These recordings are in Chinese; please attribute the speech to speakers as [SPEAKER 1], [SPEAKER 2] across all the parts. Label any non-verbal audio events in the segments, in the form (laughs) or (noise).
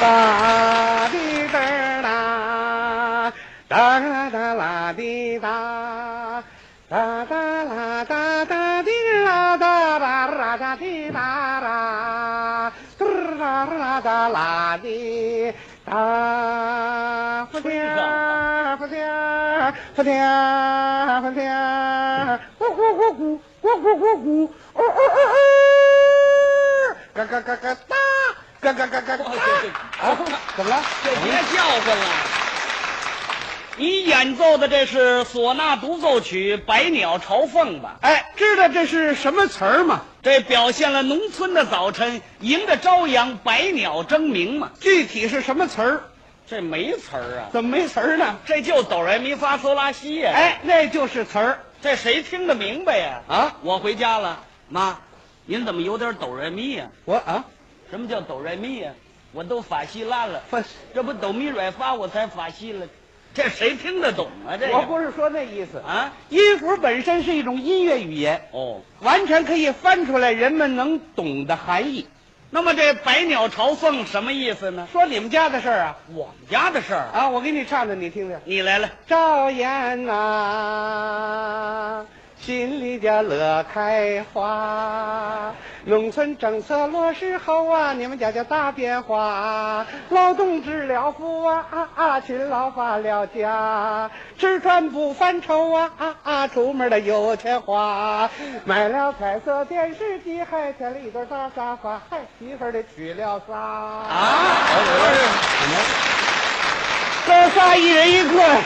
[SPEAKER 1] 哒滴哒啦，哒啦哒啦滴哒，哒哒啦哒哒滴啦哒吧啦哒滴哒啦，嘟啦啦哒啦滴哒，不听不听不听不听，咕咕咕咕咕咕咕咕，哦哦哦哦，嘎嘎嘎嘎哒。嘎嘎嘎嘎嘎！啊，怎么了？
[SPEAKER 2] 这别叫唤了。你演奏的这是唢呐独奏曲《百鸟朝凤》吧？
[SPEAKER 1] 哎，知道这是什么词儿吗？
[SPEAKER 2] 这表现了农村的早晨，迎着朝阳，百鸟争鸣嘛。
[SPEAKER 1] 具体是什么词儿？
[SPEAKER 2] 这没词儿啊，
[SPEAKER 1] 怎么没词儿呢？
[SPEAKER 2] 这就哆来咪发嗦拉西呀、
[SPEAKER 1] 哎，那就是词儿。
[SPEAKER 2] 这谁听得明白呀、
[SPEAKER 1] 啊
[SPEAKER 2] 我回家了，妈，您怎么有点哆来咪呀、
[SPEAKER 1] 我啊，
[SPEAKER 2] 什么叫哆来咪呀、我都法西拉了。
[SPEAKER 1] 不是，
[SPEAKER 2] 这不抖咪软发我才法西了，这谁听得懂啊？这个
[SPEAKER 1] 我不是说那意思。
[SPEAKER 2] 啊
[SPEAKER 1] 音符本身是一种音乐语言，
[SPEAKER 2] 哦，
[SPEAKER 1] 完全可以翻出来人们能懂的含义。
[SPEAKER 2] 那么这百鸟朝凤什么意思呢？
[SPEAKER 1] 说你们家的事儿啊，
[SPEAKER 2] 我们家的事儿啊，
[SPEAKER 1] 啊，我给你唱唱，你听听。
[SPEAKER 2] 你来了，
[SPEAKER 1] 赵岩呐，心里的乐开花。农村政策落实后啊，你们家家大变化，劳动治疗富啊啊啊，勤劳发了家，吃穿不犯愁啊啊啊，出门的有钱花，买了彩色电视机，还添了一对大沙发，还媳妇儿的娶了仨啊，
[SPEAKER 2] 哎
[SPEAKER 1] 这仨一人一个呀，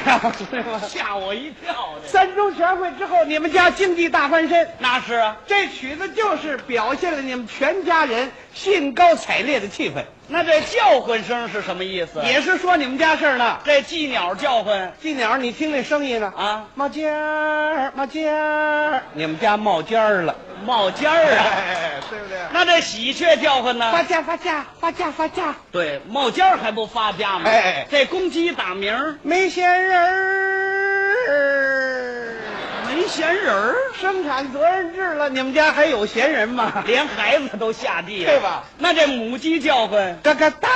[SPEAKER 1] 是吗？
[SPEAKER 2] (laughs) 吓我一跳这
[SPEAKER 1] 三中全会之后，你们家经济大翻身。
[SPEAKER 2] (laughs) 那是啊，
[SPEAKER 1] 这曲子就是表现了你们全家人兴高采烈的气氛，
[SPEAKER 2] 那这叫唤声是什么意思？
[SPEAKER 1] 也是说你们家事儿呢。
[SPEAKER 2] 这鸡鸟叫唤
[SPEAKER 1] 这鸟，你听那声音呢？
[SPEAKER 2] 啊，
[SPEAKER 1] 冒尖儿，冒尖儿，你们家冒尖儿了，
[SPEAKER 2] 冒尖儿啊。
[SPEAKER 1] 哎，对不对？
[SPEAKER 2] (laughs) 那这喜鹊叫唤呢？
[SPEAKER 1] 发家发家发家发家，
[SPEAKER 2] 对，冒尖儿还不发家吗？
[SPEAKER 1] 哎哎
[SPEAKER 2] 这公鸡打鸣儿
[SPEAKER 1] 没闲人儿，
[SPEAKER 2] 没闲人儿，
[SPEAKER 1] 生产责任制了，你们家还有闲人吗？
[SPEAKER 2] (laughs) 连孩子都下地了，
[SPEAKER 1] 对吧？
[SPEAKER 2] 那这母鸡叫唤
[SPEAKER 1] 嘎嘎哒，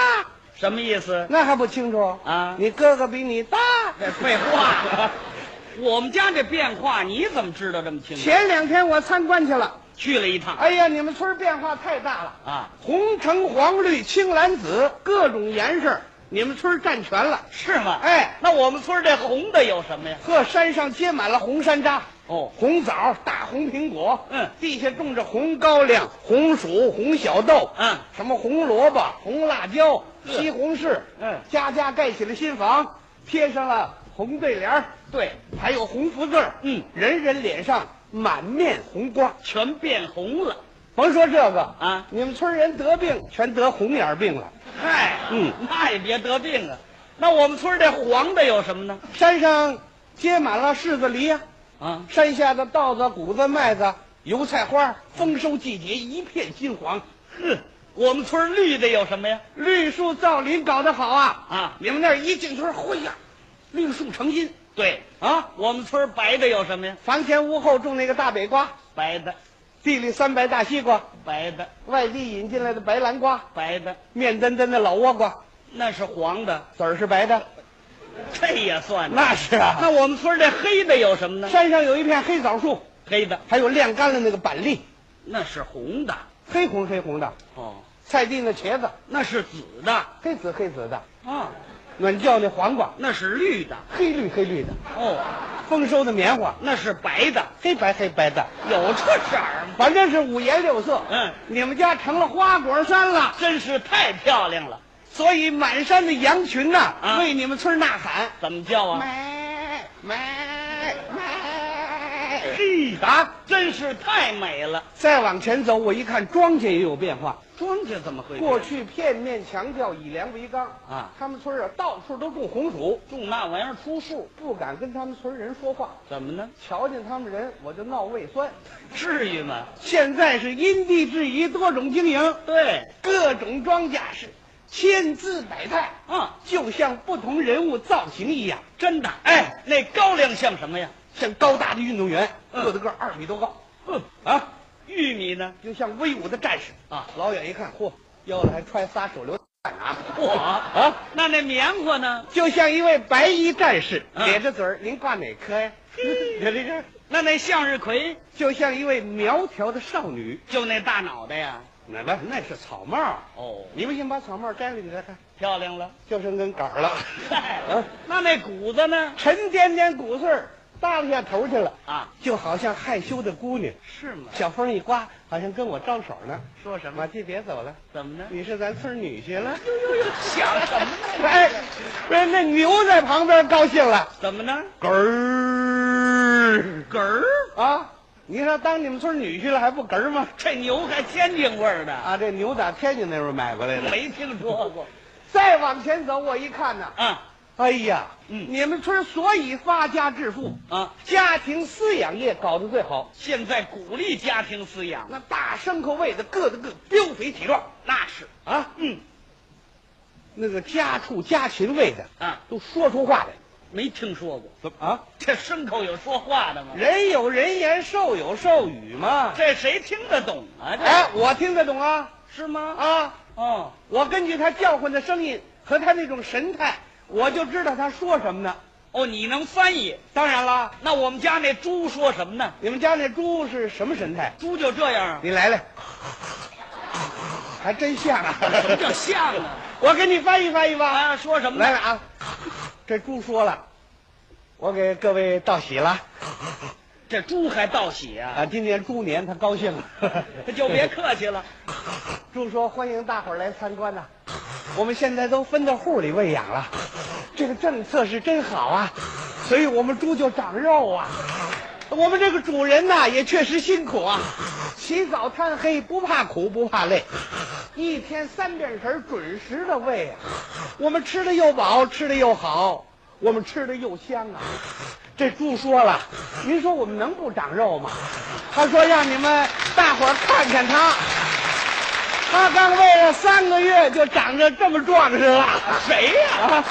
[SPEAKER 2] 什么意思？
[SPEAKER 1] 那还不清楚
[SPEAKER 2] 啊
[SPEAKER 1] 你哥哥比你大。
[SPEAKER 2] 这废话， (laughs) 我们家这变化你怎么知道这么清楚？
[SPEAKER 1] 前两天我参观去了，
[SPEAKER 2] 去了一趟
[SPEAKER 1] 哎呀，你们村儿变化太大了，
[SPEAKER 2] 啊，
[SPEAKER 1] 红橙黄绿青蓝紫各种颜色，你们村儿占全了。
[SPEAKER 2] 是吗？
[SPEAKER 1] 哎，
[SPEAKER 2] 那我们村儿这红的有什么呀？
[SPEAKER 1] 呵，山上结满了红山楂、
[SPEAKER 2] 哦，
[SPEAKER 1] 红枣、大红苹果，
[SPEAKER 2] 嗯
[SPEAKER 1] 地下种着红高粱、红薯、红小豆，
[SPEAKER 2] 嗯，
[SPEAKER 1] 什么红萝卜、红辣椒、
[SPEAKER 2] 是
[SPEAKER 1] 西红柿，
[SPEAKER 2] 嗯
[SPEAKER 1] 家家盖起了新房，贴上了红对联儿，
[SPEAKER 2] 对，
[SPEAKER 1] 还有红福字儿
[SPEAKER 2] 嗯
[SPEAKER 1] 人人脸上满面红光。
[SPEAKER 2] 全变红了。
[SPEAKER 1] 甭说这个
[SPEAKER 2] 啊
[SPEAKER 1] 你们村人得病全得红眼病了。
[SPEAKER 2] 嗨，
[SPEAKER 1] 嗯
[SPEAKER 2] 那也别得病啊。那我们村儿这黄的有什么呢？
[SPEAKER 1] 山上结满了柿子、梨呀、
[SPEAKER 2] 啊，
[SPEAKER 1] 山下的稻子、谷子、麦子、油菜花，丰收季节一片金黄。
[SPEAKER 2] 哼，我们村儿绿的有什么呀？
[SPEAKER 1] 绿树造林搞得好啊！
[SPEAKER 2] 啊
[SPEAKER 1] 你们那儿一进村，嚯呀，绿树成荫
[SPEAKER 2] 对，
[SPEAKER 1] 啊！
[SPEAKER 2] 我们村儿白的有什么呀？
[SPEAKER 1] 房前屋后种那个大北瓜，
[SPEAKER 2] 白的，
[SPEAKER 1] 地里三白大西瓜，
[SPEAKER 2] 白的，
[SPEAKER 1] 外地引进来的白南瓜，
[SPEAKER 2] 白的，
[SPEAKER 1] 面墩墩的老倭瓜，
[SPEAKER 2] 那是黄的，
[SPEAKER 1] 籽儿是白的。
[SPEAKER 2] 这也算呢。
[SPEAKER 1] 那是啊
[SPEAKER 2] 那我们村儿这黑的有什么呢？
[SPEAKER 1] 山上有一片黑枣树，
[SPEAKER 2] 黑的，
[SPEAKER 1] 还有晾干了那个板栗。
[SPEAKER 2] 那是红的。
[SPEAKER 1] 黑红黑红的，
[SPEAKER 2] 哦，
[SPEAKER 1] 菜地那茄子，
[SPEAKER 2] 那是紫的
[SPEAKER 1] 黑紫黑紫的，
[SPEAKER 2] 啊，
[SPEAKER 1] 暖窖那黄瓜，
[SPEAKER 2] 那是绿的
[SPEAKER 1] 黑绿黑绿的，
[SPEAKER 2] 哦，
[SPEAKER 1] 丰收的棉花，
[SPEAKER 2] 那是白的，
[SPEAKER 1] 黑白黑白的，
[SPEAKER 2] 有这色儿吗？
[SPEAKER 1] 反正是五颜六色。
[SPEAKER 2] 嗯，
[SPEAKER 1] 你们家成了花果山了，
[SPEAKER 2] 真是太漂亮了！
[SPEAKER 1] 所以满山的羊群呐、
[SPEAKER 2] 啊
[SPEAKER 1] 为你们村呐喊，
[SPEAKER 2] 怎么叫啊？
[SPEAKER 1] 买买买。
[SPEAKER 2] 嘿啊，真是太美了！
[SPEAKER 1] 再往前走，我一看庄稼也有变化。
[SPEAKER 2] 庄稼怎么会
[SPEAKER 1] 过去片面强调以粮为纲
[SPEAKER 2] 啊
[SPEAKER 1] 他们村儿啊到处都种红薯，
[SPEAKER 2] 种那玩意儿出树？
[SPEAKER 1] 不敢跟他们村人说话，
[SPEAKER 2] 怎么呢？
[SPEAKER 1] 瞧见他们人我就闹胃酸。
[SPEAKER 2] 至于吗？
[SPEAKER 1] 现在是因地制宜，多种经营，
[SPEAKER 2] 对
[SPEAKER 1] 各种庄稼是千姿百态，
[SPEAKER 2] 啊，
[SPEAKER 1] 就像不同人物造型一样。
[SPEAKER 2] 真的。哎，那高粱像什么呀？
[SPEAKER 1] 像高大的运动员，
[SPEAKER 2] 嗯
[SPEAKER 1] 个子个儿二米多高，
[SPEAKER 2] 哼，
[SPEAKER 1] 啊，
[SPEAKER 2] 玉米呢？
[SPEAKER 1] 就像威武的战士
[SPEAKER 2] 啊
[SPEAKER 1] 老远一看，嚯，腰里还揣仨手榴弹啊！
[SPEAKER 2] 嚯！
[SPEAKER 1] 啊，
[SPEAKER 2] 那那棉花呢？
[SPEAKER 1] 就像一位白衣战士，
[SPEAKER 2] 嗯
[SPEAKER 1] 咧着嘴儿，您挂哪颗呀？ (laughs) 你这个
[SPEAKER 2] 那那向日葵
[SPEAKER 1] 就像一位苗条的少女，
[SPEAKER 2] 就那大脑袋呀？
[SPEAKER 1] 那那那是草帽。
[SPEAKER 2] 哦，
[SPEAKER 1] 你不信，把草帽摘了，你再看，
[SPEAKER 2] 漂亮了。
[SPEAKER 1] 就剩根杆儿了。
[SPEAKER 2] 嗨
[SPEAKER 1] 啊，
[SPEAKER 2] 那那谷子呢？
[SPEAKER 1] 沉甸甸骨穗儿耷拉下头去了，
[SPEAKER 2] 啊，
[SPEAKER 1] 就好像害羞的姑娘。
[SPEAKER 2] 是吗？
[SPEAKER 1] 小风一刮，好像跟我招手呢。
[SPEAKER 2] 说什么
[SPEAKER 1] 马？季，别走了，
[SPEAKER 2] 怎么呢？
[SPEAKER 1] 你是咱村女婿了。
[SPEAKER 2] 想什么呢？
[SPEAKER 1] 哎，不是，那牛在旁边高兴了，
[SPEAKER 2] 怎么呢？
[SPEAKER 1] 嗝儿
[SPEAKER 2] 嗝儿，
[SPEAKER 1] 啊！你说当你们村女婿了还不嗝儿吗？
[SPEAKER 2] 这牛还天津味儿的，
[SPEAKER 1] 啊，这牛打天津那边买回来的。
[SPEAKER 2] 没听说过。
[SPEAKER 1] 再往前走，我一看呐，
[SPEAKER 2] 啊
[SPEAKER 1] 哎呀，
[SPEAKER 2] 嗯
[SPEAKER 1] 你们村所以发家致富，
[SPEAKER 2] 啊！
[SPEAKER 1] 家庭饲养业搞得最好，
[SPEAKER 2] 现在鼓励家庭饲养，
[SPEAKER 1] 那大牲口喂的个子个膘肥体壮
[SPEAKER 2] 那是，
[SPEAKER 1] 啊，
[SPEAKER 2] 嗯
[SPEAKER 1] 那个家畜家禽喂的
[SPEAKER 2] 啊，
[SPEAKER 1] 都说出话来，
[SPEAKER 2] 没听说过。
[SPEAKER 1] 怎么啊？
[SPEAKER 2] 这牲口有说话的吗？
[SPEAKER 1] 人有人言，兽有兽语嘛。
[SPEAKER 2] 这谁听得懂啊？这
[SPEAKER 1] 哎，我听得懂啊
[SPEAKER 2] 是吗？
[SPEAKER 1] 啊！
[SPEAKER 2] 哦，
[SPEAKER 1] 我根据他叫唤的声音和他那种神态，我就知道他说什么呢。
[SPEAKER 2] 哦，你能翻译？
[SPEAKER 1] 当然啦，
[SPEAKER 2] 那我们家那猪说什么呢？
[SPEAKER 1] 你们家那猪是什么神态？
[SPEAKER 2] 猪就这样啊？ (laughs)
[SPEAKER 1] 你来来，还真像啊！
[SPEAKER 2] 什么叫像啊？
[SPEAKER 1] 我给你翻译翻译吧。
[SPEAKER 2] 啊，说什么呢？
[SPEAKER 1] 来了啊，这猪说了，我给各位道喜了
[SPEAKER 2] 这猪还道喜啊？
[SPEAKER 1] 啊！今年猪年他高 (laughs) 兴了，
[SPEAKER 2] 这就别客气了。
[SPEAKER 1] (laughs) 猪说：“欢迎大伙儿来参观呐、我们现在都分到户里喂养了， (laughs) 这个政策是真好啊，所以我们猪就长肉啊。我们这个主人呐、也确实辛苦啊，起早贪黑，不怕苦，不怕累，一天三遍食儿准时的喂啊。我们吃的又饱，吃的又好，我们吃的又香啊。这猪说了，您说我们能不长肉吗？他说让你们大伙儿看看它。”他刚喂了三个月就长着这么壮实了，
[SPEAKER 2] 谁呀、
[SPEAKER 1] 啊！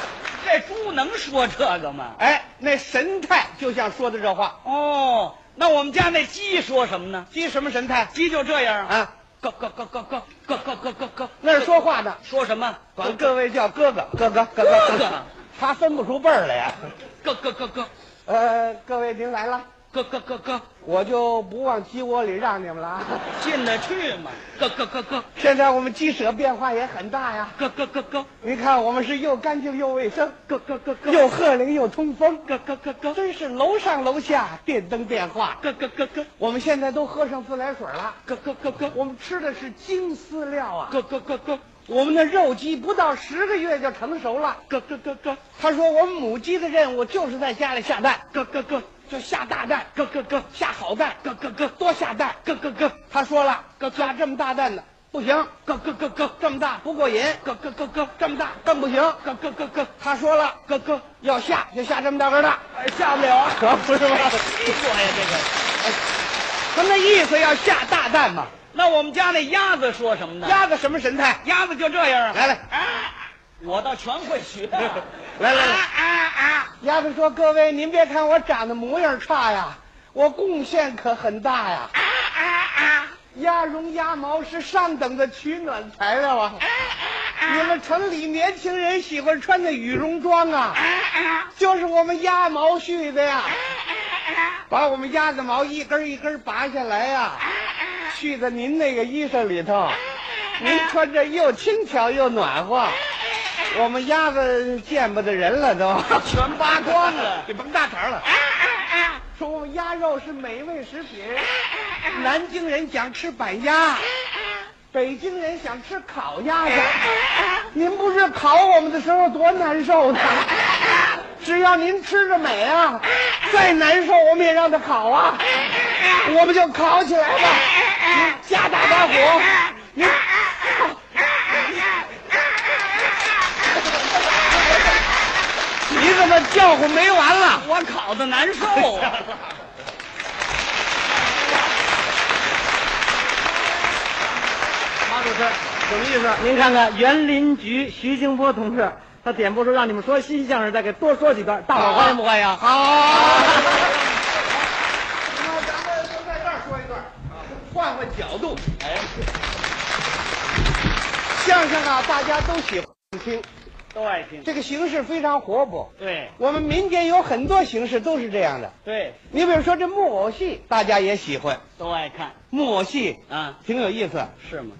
[SPEAKER 2] 这猪能说这个吗？
[SPEAKER 1] 哎，那神态就像说的这话，
[SPEAKER 2] 哦，那我们家那鸡说什么呢？
[SPEAKER 1] 鸡什么神态
[SPEAKER 2] 鸡就这样啊，
[SPEAKER 1] 啊？
[SPEAKER 2] 咯咯咯咯咯咯咯咯咯咯，
[SPEAKER 1] 那是说话的，
[SPEAKER 2] 说什么？
[SPEAKER 1] 管各位叫哥哥，哥哥，哥哥，
[SPEAKER 2] 哥
[SPEAKER 1] 哥
[SPEAKER 2] 哥
[SPEAKER 1] 哥，他分不出辈儿来呀。
[SPEAKER 2] 咯咯咯咯
[SPEAKER 1] 呃，各位您来了，
[SPEAKER 2] 咯咯咯咯，
[SPEAKER 1] 我就不往鸡窝里让你们了啊。
[SPEAKER 2] 进得去吗？咯咯咯咯
[SPEAKER 1] 现在我们鸡舍变化也很大呀，
[SPEAKER 2] 咯咯咯咯
[SPEAKER 1] 您看我们是又干净又卫生，
[SPEAKER 2] 咯咯咯咯，
[SPEAKER 1] 又鹤龄又通风，
[SPEAKER 2] 咯咯咯咯咯
[SPEAKER 1] 真是楼上楼下电灯电话。
[SPEAKER 2] 咯咯咯咯
[SPEAKER 1] (laughs) 我们现在都喝上自来水了。
[SPEAKER 2] 咯咯咯咯
[SPEAKER 1] 我们吃的是精饲料啊，
[SPEAKER 2] 咯咯咯咯
[SPEAKER 1] 我们的肉鸡不到十个月就成熟了。
[SPEAKER 2] 咯咯咯咯
[SPEAKER 1] 他说我们母鸡的任务就是在家里下蛋，
[SPEAKER 2] 咯咯咯
[SPEAKER 1] 就下大蛋，
[SPEAKER 2] 咯咯咯
[SPEAKER 1] 下好蛋，
[SPEAKER 2] 咯咯咯
[SPEAKER 1] 多下蛋。
[SPEAKER 2] 咯咯咯
[SPEAKER 1] 他说了，下这么大蛋的不行，
[SPEAKER 2] 咯咯咯咯
[SPEAKER 1] 这么大不过瘾，
[SPEAKER 2] 咯咯咯咯
[SPEAKER 1] 这么大更不行。
[SPEAKER 2] 咯咯咯咯，
[SPEAKER 1] 他说了，
[SPEAKER 2] 咯咯，
[SPEAKER 1] 要下就下这么大个蛋，哎下不了啊， (laughs) 不是吗？
[SPEAKER 2] 鸡说呀这个。
[SPEAKER 1] 他那意思要下大蛋嘛。
[SPEAKER 2] 那我们家那鸭子说什么呢？
[SPEAKER 1] 鸭子什么神态？
[SPEAKER 2] 鸭子就这样啊。
[SPEAKER 1] 来来
[SPEAKER 2] 啊，我倒全会学、
[SPEAKER 1] (laughs) 来来来
[SPEAKER 2] 啊啊啊！
[SPEAKER 1] 鸭子说：“各位，您别看我长得模样差呀，我贡献可很大呀。
[SPEAKER 2] 啊啊啊！
[SPEAKER 1] 鸭绒、鸭毛是上等的取暖材料啊。你们城里年轻人喜欢穿的羽绒装啊，就是我们鸭毛絮的呀。把我们鸭子毛一根一根拔下来呀、絮在您那个衣裳里头，您穿着又轻巧又暖和。我们鸭子见不得人了都，
[SPEAKER 2] 全扒光了
[SPEAKER 1] (laughs)
[SPEAKER 2] 哎
[SPEAKER 1] 给甭搭茬了。说我们鸭肉是美味食品，
[SPEAKER 2] 哎
[SPEAKER 1] 南京人想吃板鸭，北京人想吃烤鸭
[SPEAKER 2] 哎
[SPEAKER 1] 子。您不是烤我们的时候多难受呢？
[SPEAKER 2] 哎
[SPEAKER 1] 只要您吃着美啊，
[SPEAKER 2] 哎
[SPEAKER 1] 再难受我们也让它烤啊，我们就烤起来
[SPEAKER 2] 哎
[SPEAKER 1] 吧。您加大大火，您你怎么叫唤没完了？
[SPEAKER 2] 我烤的难受啊！马主持，
[SPEAKER 1] 什么意思？您看看园林局徐经波同志，他点播说让你们说新相声，再给多说几段，大伙儿欢迎不欢迎？好。那咱们就在这儿说一段，换换角度。
[SPEAKER 2] 哎。
[SPEAKER 1] 相声啊，大家都喜欢。听，
[SPEAKER 2] 都爱听。
[SPEAKER 1] 这个形式非常活泼。
[SPEAKER 2] 对
[SPEAKER 1] 我们民间有很多形式都是这样的。
[SPEAKER 2] 对，
[SPEAKER 1] 你比如说这木偶戏，大家也喜欢。
[SPEAKER 2] 都爱看
[SPEAKER 1] 木偶戏
[SPEAKER 2] 啊，
[SPEAKER 1] 挺有意思，
[SPEAKER 2] 是吗？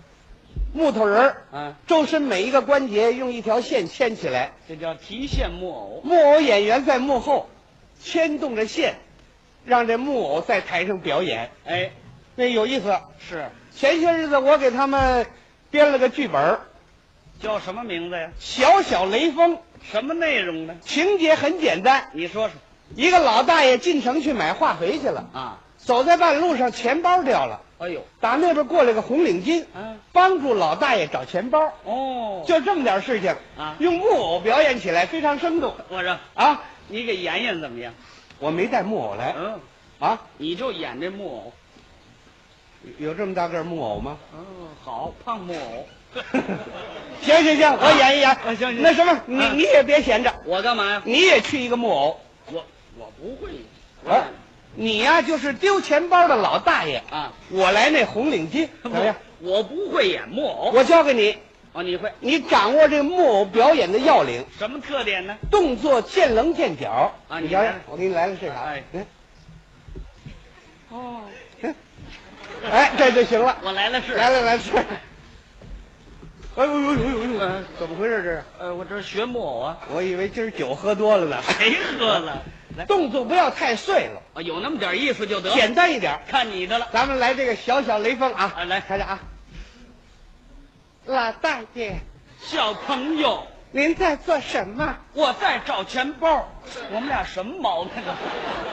[SPEAKER 1] 木头人儿
[SPEAKER 2] 啊，
[SPEAKER 1] 周身每一个关节用一条线牵起来，
[SPEAKER 2] 这叫提线木偶。
[SPEAKER 1] 木偶演员在幕后牵动着线，让这木偶在台上表演，
[SPEAKER 2] 哎，
[SPEAKER 1] 那有意思。
[SPEAKER 2] 是
[SPEAKER 1] 前些日子我给他们编了个剧本儿
[SPEAKER 2] 叫什么名字呀？
[SPEAKER 1] 小小雷锋》，
[SPEAKER 2] 什么内容呢？
[SPEAKER 1] 情节很简单，
[SPEAKER 2] 你说说
[SPEAKER 1] 一个老大爷进城去买化肥去了，
[SPEAKER 2] 啊。
[SPEAKER 1] 走在半路上钱包掉了，
[SPEAKER 2] 哎呦，
[SPEAKER 1] 打那边过来个红领巾，
[SPEAKER 2] 啊，
[SPEAKER 1] 帮助老大爷找钱包，
[SPEAKER 2] 哦，
[SPEAKER 1] 就这么点事情
[SPEAKER 2] 啊
[SPEAKER 1] 用木偶表演起来非常生动
[SPEAKER 2] 我说
[SPEAKER 1] 啊！
[SPEAKER 2] 你给演演怎么样？
[SPEAKER 1] 我没带木偶来
[SPEAKER 2] 嗯，
[SPEAKER 1] 啊，
[SPEAKER 2] 你就演这木偶。
[SPEAKER 1] 有这么大个儿木偶吗？。
[SPEAKER 2] 嗯，好，胖木偶
[SPEAKER 1] 行行行，我演一演。
[SPEAKER 2] 啊行行
[SPEAKER 1] 那什么，你
[SPEAKER 2] 啊
[SPEAKER 1] 你也别闲着，
[SPEAKER 2] 我干嘛呀？
[SPEAKER 1] 你也去一个木偶。
[SPEAKER 2] 我我不会。我
[SPEAKER 1] 啊，你呀、就是丢钱包的老大爷，
[SPEAKER 2] 啊，
[SPEAKER 1] 我来那红领巾，怎么样？
[SPEAKER 2] 我？我不会演木偶。
[SPEAKER 1] 我教给你，
[SPEAKER 2] 哦，你会
[SPEAKER 1] 你掌握这个木偶表演的要领，
[SPEAKER 2] 什么特点呢？
[SPEAKER 1] 动作见棱见角
[SPEAKER 2] 啊
[SPEAKER 1] 你
[SPEAKER 2] 你
[SPEAKER 1] 瞧
[SPEAKER 2] 来了
[SPEAKER 1] 我给你来了是啥？
[SPEAKER 2] 哎
[SPEAKER 1] 嗯
[SPEAKER 2] 哦，
[SPEAKER 1] 哎，这就行了。
[SPEAKER 2] 我来了是。
[SPEAKER 1] 来来来是。哎呦呦呦呦呦
[SPEAKER 2] 嗯！
[SPEAKER 1] 怎么回事这是？
[SPEAKER 2] 呃，我这是学木偶啊。
[SPEAKER 1] 我以为今儿酒喝多了呢。
[SPEAKER 2] 谁喝了？
[SPEAKER 1] (laughs)
[SPEAKER 2] 来，
[SPEAKER 1] 动作不要太碎了，
[SPEAKER 2] 啊有那么点意思就得。
[SPEAKER 1] 简单一点儿。
[SPEAKER 2] 看你的了。
[SPEAKER 1] 咱们来这个小小雷锋啊
[SPEAKER 2] 啊，来
[SPEAKER 1] 看着啊。老大爷，
[SPEAKER 2] 小朋友，
[SPEAKER 1] 您在做什么？
[SPEAKER 2] 我在找钱包。我们俩什么毛病啊？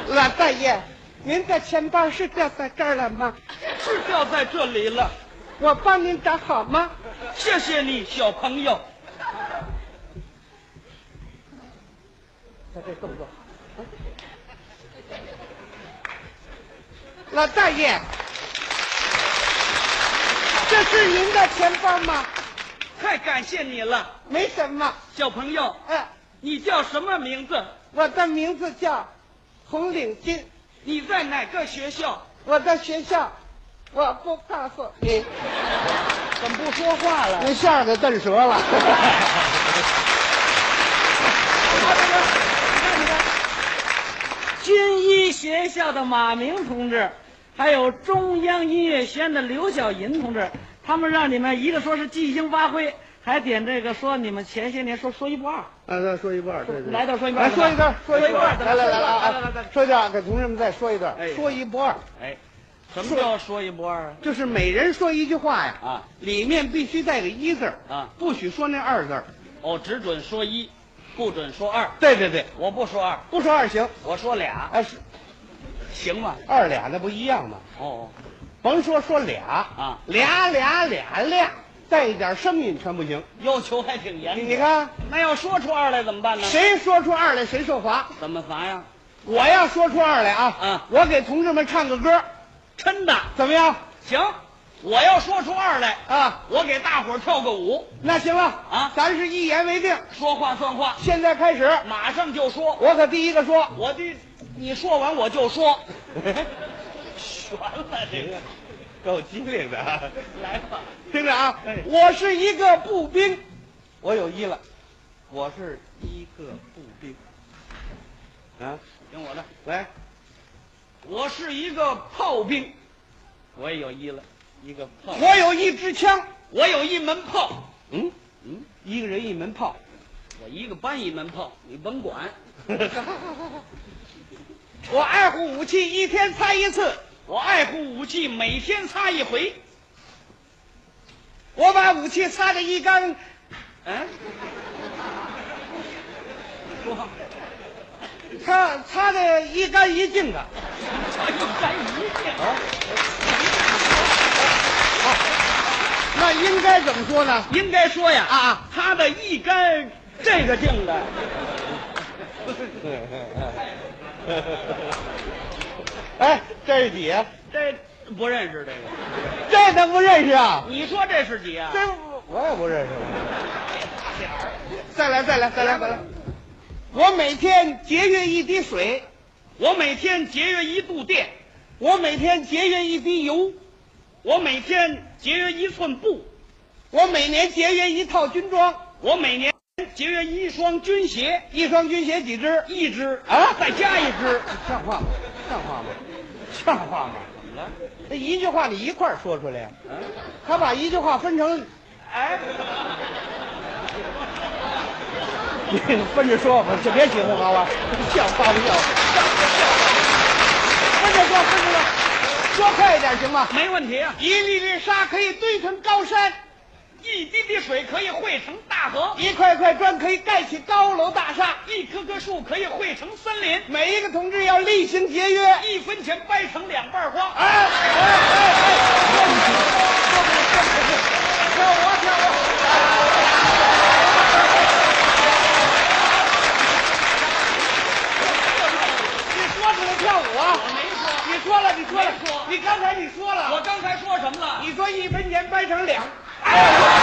[SPEAKER 1] 老大爷，您的钱包是掉在这儿了吗？
[SPEAKER 2] 是掉在这里了。
[SPEAKER 1] 我帮您找好吗？
[SPEAKER 2] 谢谢你，小朋友。
[SPEAKER 1] 他这动作。老大爷，这是您的钱包吗？
[SPEAKER 2] 太感谢你了，
[SPEAKER 1] 没什么，
[SPEAKER 2] 小朋友。
[SPEAKER 1] 哎、
[SPEAKER 2] 你叫什么名字？
[SPEAKER 1] 我的名字叫红领巾，
[SPEAKER 2] 你在哪个学校？
[SPEAKER 1] 我的学校我不告诉你。
[SPEAKER 2] 怎么不说话了？
[SPEAKER 1] 那馅给蹬折了。
[SPEAKER 3] 军医学校的马明同志，还有中央音乐学院的刘晓银同志，他们让你们一个说是即兴发挥，还点这个说你们前些年说说一不二，
[SPEAKER 1] 啊，再说一半，对对，
[SPEAKER 3] 来点说一半
[SPEAKER 1] 来说一段，说
[SPEAKER 3] 说一
[SPEAKER 1] 段，
[SPEAKER 3] 段
[SPEAKER 1] 来来
[SPEAKER 3] 来
[SPEAKER 1] 来来
[SPEAKER 3] 来
[SPEAKER 1] 啊
[SPEAKER 3] 来，
[SPEAKER 1] 说一段，给同志们再说一段
[SPEAKER 2] 哎，
[SPEAKER 1] 说一不二，
[SPEAKER 2] 哎，什么叫说一不二啊？
[SPEAKER 1] 就是每人说一句话呀，
[SPEAKER 2] 啊，
[SPEAKER 1] 里面必须带个一字儿
[SPEAKER 2] 啊
[SPEAKER 1] 不许说那二字儿。
[SPEAKER 2] 哦，只准说一，不准说二。
[SPEAKER 1] 对对对，
[SPEAKER 2] 我不说二，
[SPEAKER 1] 不说二行，
[SPEAKER 2] 我说俩，
[SPEAKER 1] 哎，是
[SPEAKER 2] 行吗？
[SPEAKER 1] 二俩那不一样吗？
[SPEAKER 2] 哦，
[SPEAKER 1] 甭说说俩
[SPEAKER 2] 啊
[SPEAKER 1] 俩俩俩俩，带一点声音全不行。
[SPEAKER 2] 要求还挺严
[SPEAKER 1] 你
[SPEAKER 2] 格。
[SPEAKER 1] 你，看，
[SPEAKER 2] 那要说出二来怎么办呢？
[SPEAKER 1] 谁说出二来谁受罚。
[SPEAKER 2] 怎么罚呀？
[SPEAKER 1] 我要说出二来啊，
[SPEAKER 2] 啊
[SPEAKER 1] 我给同志们唱个歌，
[SPEAKER 2] 真的
[SPEAKER 1] 怎么样？
[SPEAKER 2] 行，我要说出二来，
[SPEAKER 1] 啊，
[SPEAKER 2] 我给大伙儿跳个舞，
[SPEAKER 1] 那行了
[SPEAKER 2] 啊
[SPEAKER 1] 咱是一言为定，
[SPEAKER 2] 说话算话，
[SPEAKER 1] 现在开始，
[SPEAKER 2] 马上就说。
[SPEAKER 1] 我可第一个说，
[SPEAKER 2] 我的，你说完我就
[SPEAKER 1] (laughs)
[SPEAKER 2] 说，悬了这
[SPEAKER 1] 啊
[SPEAKER 2] 个，
[SPEAKER 1] 够机灵的、啊，
[SPEAKER 2] 来吧。
[SPEAKER 1] 听着啊
[SPEAKER 2] 哎，
[SPEAKER 1] 我是一个步兵，我有一了，我是一个步兵，啊，
[SPEAKER 2] 听我的，
[SPEAKER 1] 来，
[SPEAKER 2] 我是一个炮兵，我也有一了，一个炮，
[SPEAKER 1] 我有一支枪，
[SPEAKER 2] 我有一门炮，
[SPEAKER 1] 嗯
[SPEAKER 2] 啊嗯，
[SPEAKER 1] 一个人一门炮， (laughs)
[SPEAKER 2] 我一个班一门炮，你甭管，
[SPEAKER 1] 我爱护武器，一天擦一次，
[SPEAKER 2] 我
[SPEAKER 1] (laughs)
[SPEAKER 2] 爱护武器，每天擦一回，
[SPEAKER 1] 我把武器擦得一干，
[SPEAKER 2] 嗯，说，
[SPEAKER 1] 擦擦得一干一净啊的。
[SPEAKER 2] 这又干一件，
[SPEAKER 1] 啊那应该怎么说呢？
[SPEAKER 2] 应该说呀，
[SPEAKER 1] 啊，
[SPEAKER 2] 他的一干这个净的，
[SPEAKER 1] (laughs) 哎，这是几？
[SPEAKER 2] 这不认识这个。
[SPEAKER 1] 这他不认识啊？
[SPEAKER 2] 你说这是几啊？
[SPEAKER 1] 这我也不认识。再来，再来，再来，再来。我每天节约一滴水，
[SPEAKER 2] 我每天节约一度电，
[SPEAKER 1] 我每天节约一滴油，
[SPEAKER 2] 我每天节约一寸布，
[SPEAKER 1] 我每年节约一套军装，
[SPEAKER 2] 我每年节约一双军鞋，
[SPEAKER 1] 一双军鞋几只？
[SPEAKER 2] 一只
[SPEAKER 1] 啊
[SPEAKER 2] 再加一只。
[SPEAKER 1] 像话吗？像话吗？像话吗？嗯
[SPEAKER 2] 怎么了？
[SPEAKER 1] 那一句话你一块儿说出来呀、他把一句话分成，
[SPEAKER 2] 哎，
[SPEAKER 1] 分着说吧，就别起哄好吧？像话不像话？分着说，分着说，说快一点行吗？
[SPEAKER 2] 没问题啊！
[SPEAKER 1] 一粒粒沙可以堆成高山，
[SPEAKER 2] 一滴滴水可以汇成大河，
[SPEAKER 1] 一块块砖可以盖起高楼大厦。
[SPEAKER 2] 一棵棵树可以汇成森林，
[SPEAKER 1] 每一个同志要厉行节约。
[SPEAKER 2] 一分钱掰成两半花。
[SPEAKER 1] 哎哎哎哎！跳舞跳舞！你说出来跳舞啊！
[SPEAKER 2] 我没说，
[SPEAKER 1] 你说了，你说了
[SPEAKER 2] 没，说
[SPEAKER 1] 你刚才你说了，
[SPEAKER 2] 我刚才说什么了？
[SPEAKER 1] 你说一分钱掰成两。
[SPEAKER 2] 哎。